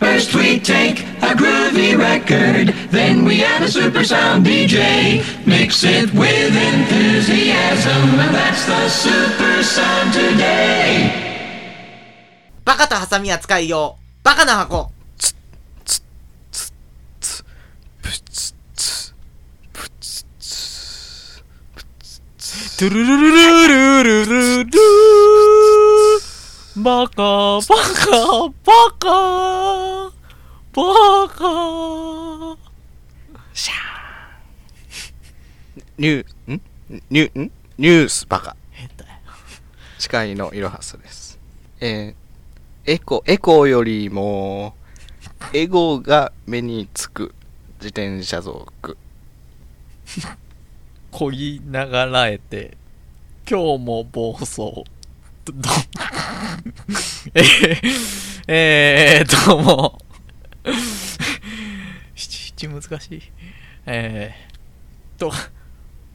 First we take a groovy record, then we add a super sound DJ. Mix it with enthusiasm, and that's the super sound today. バカとハサミは使いよう。バカな箱。トゥルルルルルルルルバカバカバカバカニュー、んニュー、んニュースバカ。変態司いのいろはすです。えーエコ、エコよりも、エゴが目につく自転車族。こぎながらえて今日も暴走どどえー、えー、どうも七七難しいえー、と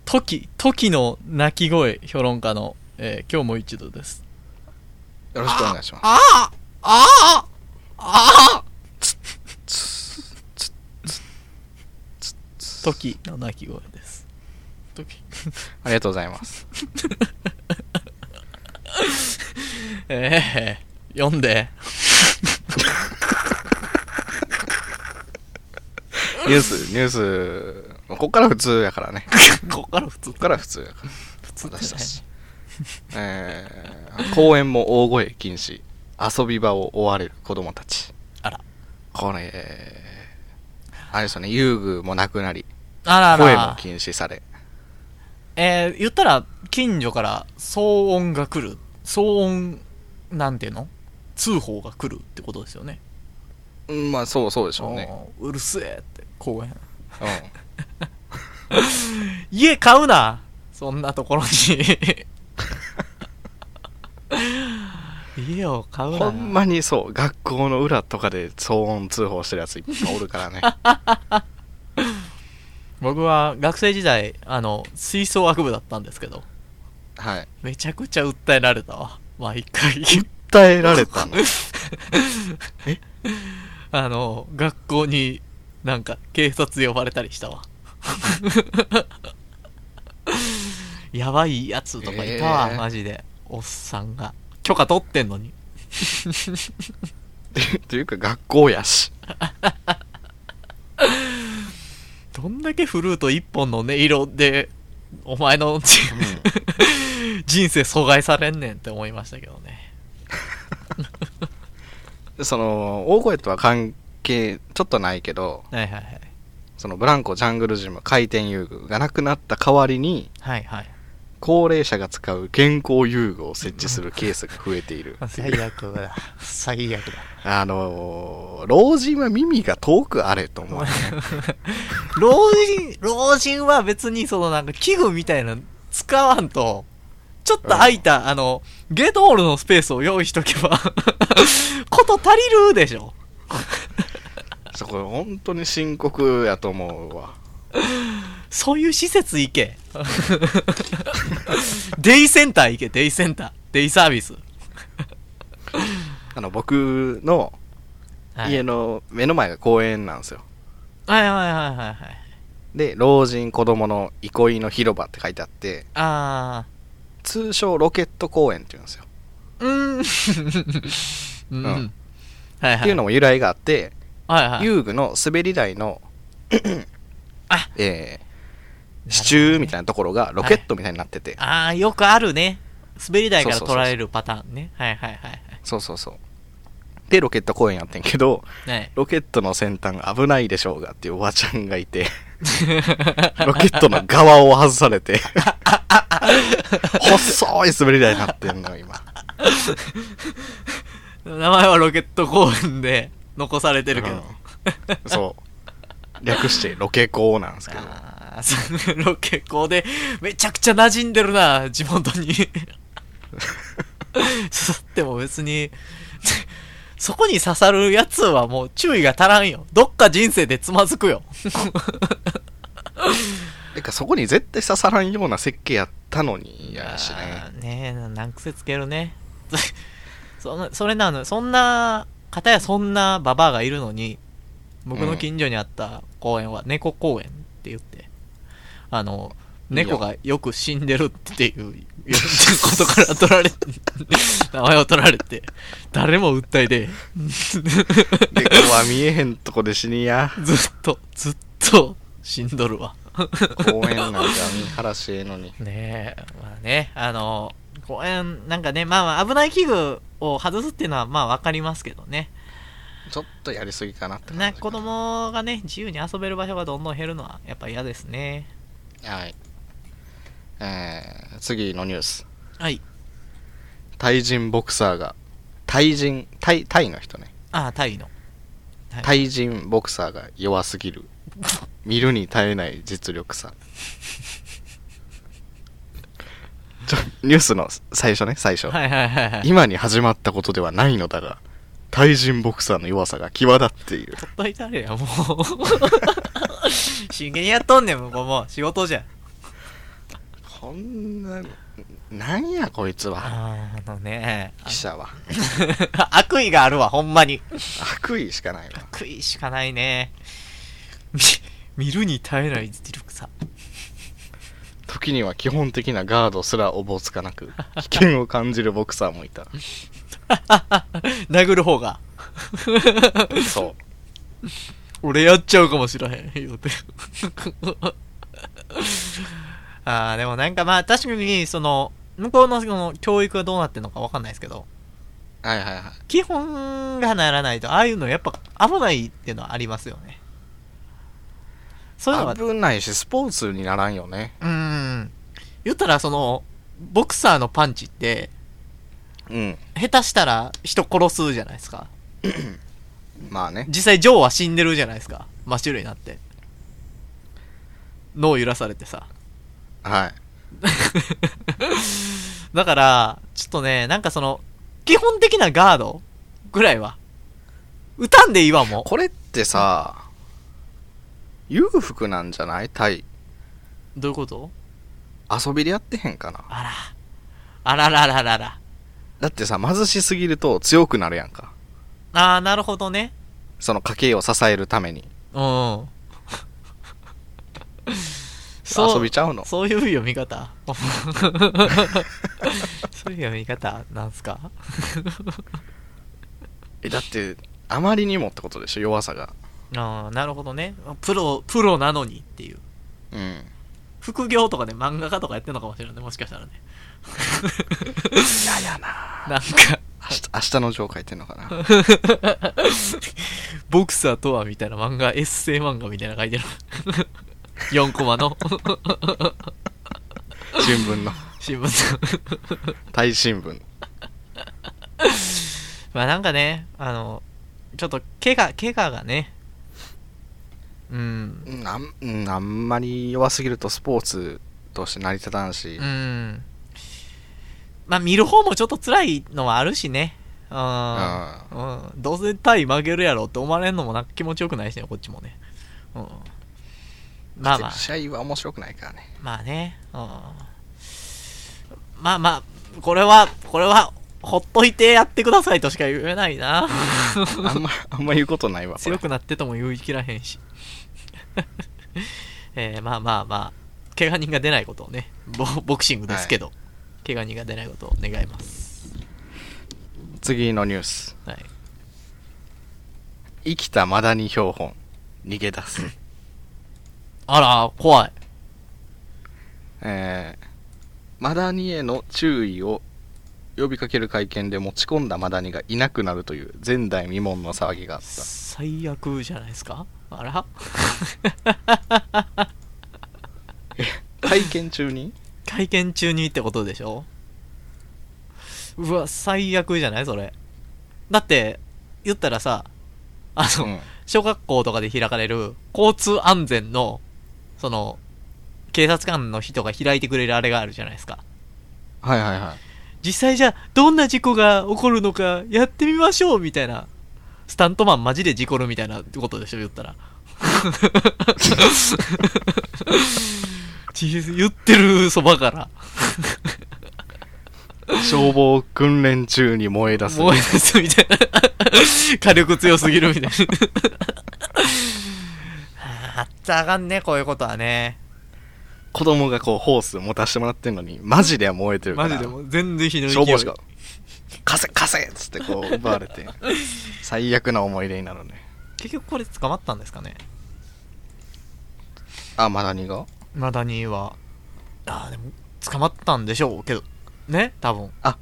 時時の鳴き声評論家の、えー今日も一度ですよろしくお願いします。ああああ時の鳴き声です。時。ありがとうございます。ええ読ん で。ニュース、ニュース、ここから普通やからね。こここから普通こから普通やから。普通だ私たち。 えー、公園も大声禁止。遊び場を追われる子供たち。あら。これ、あれですよね、遊具もなくなり、あらあ声もら。禁止され。えー、言ったら、近所から騒音が来る。騒音、なんていうの通報が来るってことですよね。うん、まあそうそうでしょうね。おーうるせえって、公園。うん。家買うなそんなと ころに家を買うなほんまにそう、学校の裏とかで騒音通報してるやついっぱいおるから ね。僕は学生時代あの吹奏楽部だったんですけどはい。めちゃくちゃ訴えられたわ毎回訴えられたの。あの学校になんか警察呼ばれたりしたわ やばいやつとかいたわ、えーマジでおっさんが許可取ってんのにというか、学校やし。どんだけフルート一本の音色で、お前の 人生阻害されんねんって思いましたけどね。その、大声とは関係、ちょっとないけど、はいはいはい。そのブランコジャングルジム回転遊具がなくなった代わりに、はいはい。高齢者が使う健康遊具を設置するケースが増えている。最悪だ。最悪だ。あのー老人は耳が遠くあれ と思う。老人、老人は別にそのなんか器具みたいなの使わんと、ちょっと空いた、あの、ゲートホールのスペースを用意しとけば、 こと足りるでしょ。そこ、本当に深刻やと思うわ。そういう施設行け。 デイセンター行け、デイセンター。デイサービス。あの、僕のはい家の目の前が公園なんですよ。はいはいはいはいはい。で、老人子供の憩いの広場って書いてあって、あ通称ロケット公園って言うんですよ。ー。うー ん。ううんん。はいはい。っていうのも由来があって、はいはい。遊具の滑り台の、あえー、支柱みたいなところがロケットみたいになってて、あー、よくあるね。滑り台からそう取そうそうそうられるパターンね。はいはいはいそうそうそう。で、ロケット公園やってんけど、 はい。はい。ロケットの先端危ないでしょうがっていうおばちゃんが いて、ロケットの側を外されて、 細い滑り台になってんの、今。名前はロケット公園で 残されてるけど。うんそう。略してロケコーなんですけど。あーそのロケ校でめちゃくちゃ馴染んでるな、地元 に。刺さっても別に、そこに刺さるやつはもう注意が足らんよ。どっか人生でつまずくよ。てかそこに絶対刺さらんような設計やったのにやしね。 あーねえ、な難癖つけるね。そそのそれなの、そんなかたやそんなババアがいるのに、僕の近所にあった公園は猫公園って言って、あの、いいよ猫がよく死んでるっていうことから取られ、 名前を取られて、誰も訴えで、猫は見えへんとこで死にや。ずっと、ずっと死んどるわ。公園なんか見晴らしええのに。ねえ、まあね、あの、公園、なんかね、まあまあ、危ない器具を外すっていうのは、まあわかりますけどね。ちょっとやりすぎかなって感じな子供がね、自由に遊べる場所がどんどん減るのは、やっぱ嫌ですね。はい。えー、次のニュース。はい。タイ人ボクサーが、タイ人、タイ、タイの人ね。ああ、タイの。はいタイ人ボクサーが弱すぎる。見るに耐えない実 力差。ちょニュースの最初ね、最初。はいはいはいはい。今に始まったことではないのだが、タイ人ボクサーの弱さが際立っている。ほっといたれや、もう。真剣にやっとんねん、向こうも。仕事じゃん。こんな、なんやこいつは。ああのね、記者は。あ悪意があるわ、ほんまに。悪意しかないわ。悪意しかないね。み見るに耐えない実力さ。時には基本的なガードすらおぼつかなく、危険を感じるボクサーもいた。殴る方が。 そう。俺やっちゃうかもしらへん。言うて。 ああ、でもなんかまあ確かに、その、向こうのその教育がどうなってるのかわかんないですけど、はいはいはい。基本がならないと、ああいうのやっぱ危ないっていうのはありますよね。そういうのは、う危ないし、スポーツにならんよね。ーん。言ったらその、ボクサーのパンチって、うん。下手したら人殺すじゃないですか。まあね。実際ジョーは死んでるじゃないですか真っ白になって脳揺らされてさはい。だからちょっとねなんかその基本的なガードぐらいは打たんでいいわもこれってさ、裕福なんじゃないタイ。うどういうこと遊びでやってへんかな。あらあらららららだってさ、貧しすぎると強くなるやんか。ああなるほどねその家計を支えるために。うん遊びちゃうのそういう読み方 そういう読み方なんすかえ、だって、あまりにもってことでしょ、弱さが。ああなるほどねプロプロなのにっていううん。副業とかで漫画家とかやってんのかもしれないねもしかしたらね。嫌やな。 なんか、明日明日のジョー書いてんのかな。 ボクサーとはみたいな漫画、エッセイ漫画みたいなの書いてる。4コマ の新聞の。新聞の。タイ新聞。 まあなんかね、あの、ちょっと、怪我、怪我がね、うん、うんあんうんあんまり弱すぎるとスポーツとして成り立たんし、うん。まあ見る方もちょっと辛いのはあるしね。うん。うん。どうせ対負けるやろって思われるのもなんか気持ちよくないしね、こっちもね。うん。まあまあ。試合は面白くないからね。 まあね、うん。まあまあ、これは、これは、ほっといてやってくださいとしか言えない な。あんま、あんま言うことないわ、これ強くなってとも言い切らへんし。 えーまあまあまあ、怪我人が出ないことをね、ボボクシングですけど、怪我人が出ないことを願います。次のニュース。はい。生きたマダニ標本、逃げ出す。あら、怖い。えー、マダニへの注意を呼びかける会見で持ち込んだマダニがいなくなるという前代未聞の騒ぎがあった。最悪じゃないですかあら 会見 中に会見中にってことでしょうわ最悪じゃないそれだって言ったらさあの、うん小学校とかで開かれる交通安全のその警察官の人が開いてくれるあれがあるじゃないですかはいはいはい。実際じゃあどんな事故が起こるのかやってみましょうみたいなスタントマンマジで事故るみたいなことでしょ言った ら ち言ってるそばから消防訓練中に燃え出す。燃え出すみた いな。火力強すぎるみたいな。あーあったあかんね、こういうことはね。子供がこうホース持たしてもらってんのに、マジでは燃えてるかマら。ジでもう全然ひの消防士が、貸せ貸せっつってこう奪われて、最悪な思い出になるね。結局これ捕まったんですかね。あ、まだ何がマダニは。ああ、でも、捕まったんでしょうけど。ね多分。あ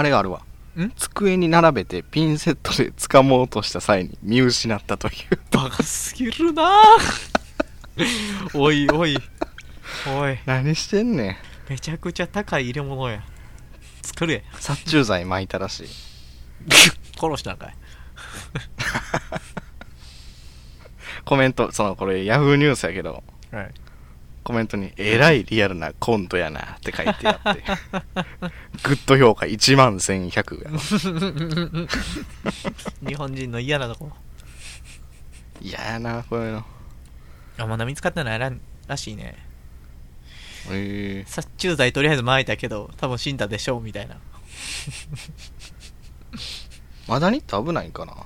れがあるわ。ん机に並べてピンセットで掴もうとした際に見失ったという。 バカすぎる なぁおいおい。おい、何してんねん。めちゃくちゃ高い入れ物や。作れ。殺虫剤撒いたらしい。殺したんかい。コメント、そのこれヤフーニュースやけど、はい。コメントに、えらいリアルなコントやなって書いてあ って。グッド評価1万1100やろ。 日本人の嫌なとこ。嫌やな、こういうの。あ、まだ見つかってないらんらしいね。え殺虫剤とりあえず撒いたけど、多分死んだでしょう、みたいな。ー、マダニって危ないんかな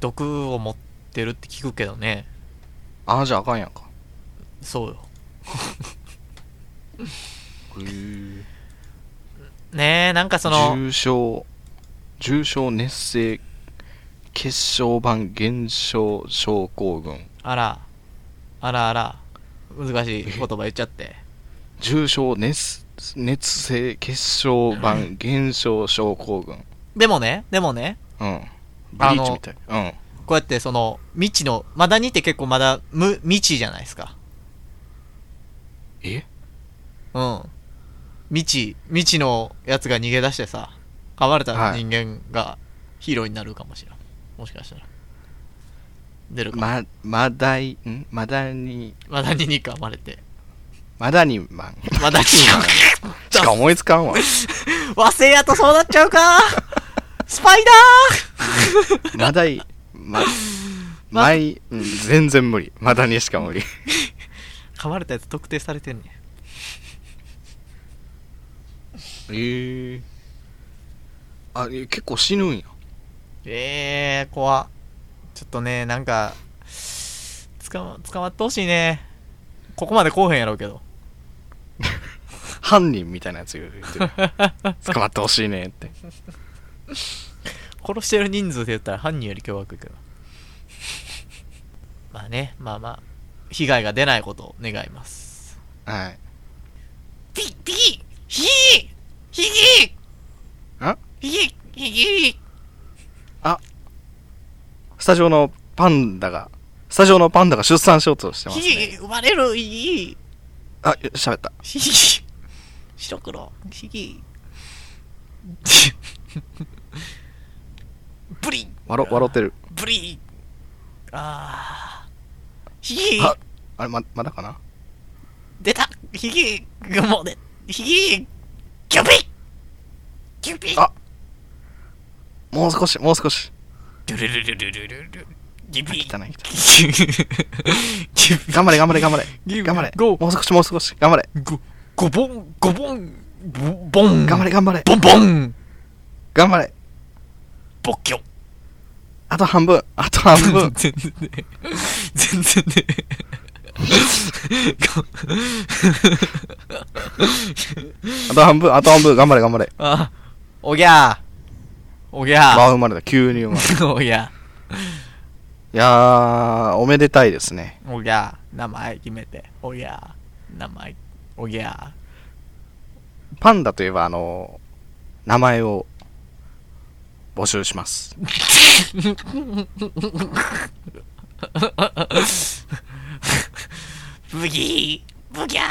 毒を持ってるって聞くけどね。あ、じゃああかんやんか。そうよ。えー、ねえ、なんかその、重症、重症熱性、血小板減少症候群。あら、あらあら、難しい言葉言っちゃって。重症熱、熱性血小板減少症候群。でもね、でもね、うん。ブリーチみたい。うん。こうやってその、未知の、マダニって結構まだ、無、未知じゃないですか。えうん。未知、未知のやつが逃げ出してさ、噛まれた人間がヒーローになるかもしれん。もしかしたら。出るかも。ま、マダイ、んマダニ、マダニに噛まれて。マダニマン。マダニしか思いつかんわ。 和製やとそうなっちゃうかスパイダマダイ、ま、マイ、うん全然無理。マダニしか無理。ー 噛まれたやつ特定されてんねええあ、え結構死ぬんや。ええー、怖っちょっとね、なんか、捕ま、捕まってほしいね。ここまでこうへんやろうけど。犯人みたいなやつ言って る。捕まってほしいねって。殺してる人数で言ったら犯人より凶悪やけど。 まあね、まあまあ、被害が出ないことを願います。はい。ピッピッヒーヒギんヒギヒギスタジオのパンダが、スタジオのパンダが出産しようとしてます、ヒね。ギ生まれるヒギあ、よ喋った。ヒギ白黒ヒ ギブリわろ、笑ってる。ブリああヒギあ、あれ、ま、まだかな出たヒギもうでヒギキュピッキュピッあもう少し、もう少し。ドゥルルルルルルルギュピッ汚い汚いギュギュ頑張れ、頑張れ、頑張ギれ。ブ頑張れ。ゴーもう少し、もう少し。頑張れ。ごごぼんごぼんぼぼん頑張れ、頑張れ。ボンボン頑張れ。ボッキョ。あと半分。あと半分 全然ね全然ね ごあと半分。あと半分。頑張れ、頑張れ。あおぎゃーおぎまゃあ、生まれた。急に生まれた。い ーおぎゃやー、おめでたいですね。ーおぎゃー名前決めておぎゃー名前おぎゃパンダといえば、あの、名前を募集します。ーブギーブギャー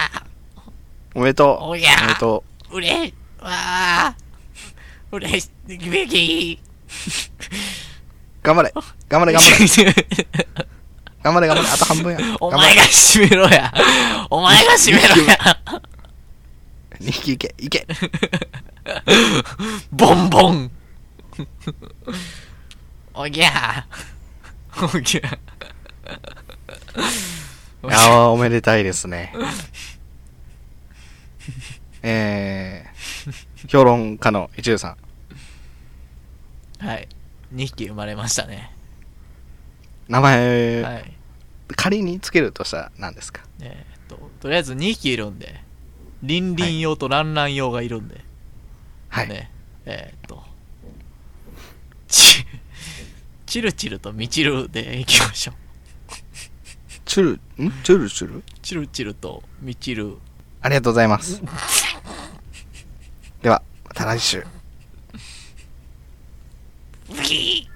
おめでとう。おやーおめでとうれわーうれしブギーう。頑張れ。頑張れ、頑 張れ。れ頑張れ、頑張れ。あと半分や。お頑張前れ。が閉めろやお前が閉めろや2匹いけ、いけ。ボンボンおぎゃーおぎゃー いやー、おめでたいですね。えー、評論家の一流さん。はい。2匹生まれましたね。名前、はい。仮につけるとしたら何ですかえーっと、とりあえず2匹いるんで、リンリン用とランラン用がいるんで、はい。ね、えーっと、ち、チルチルとミチルでいきましょう。チュル、んチュルチュルチルチルとミチル。ありがとうござい ます。では、また来週。ブキー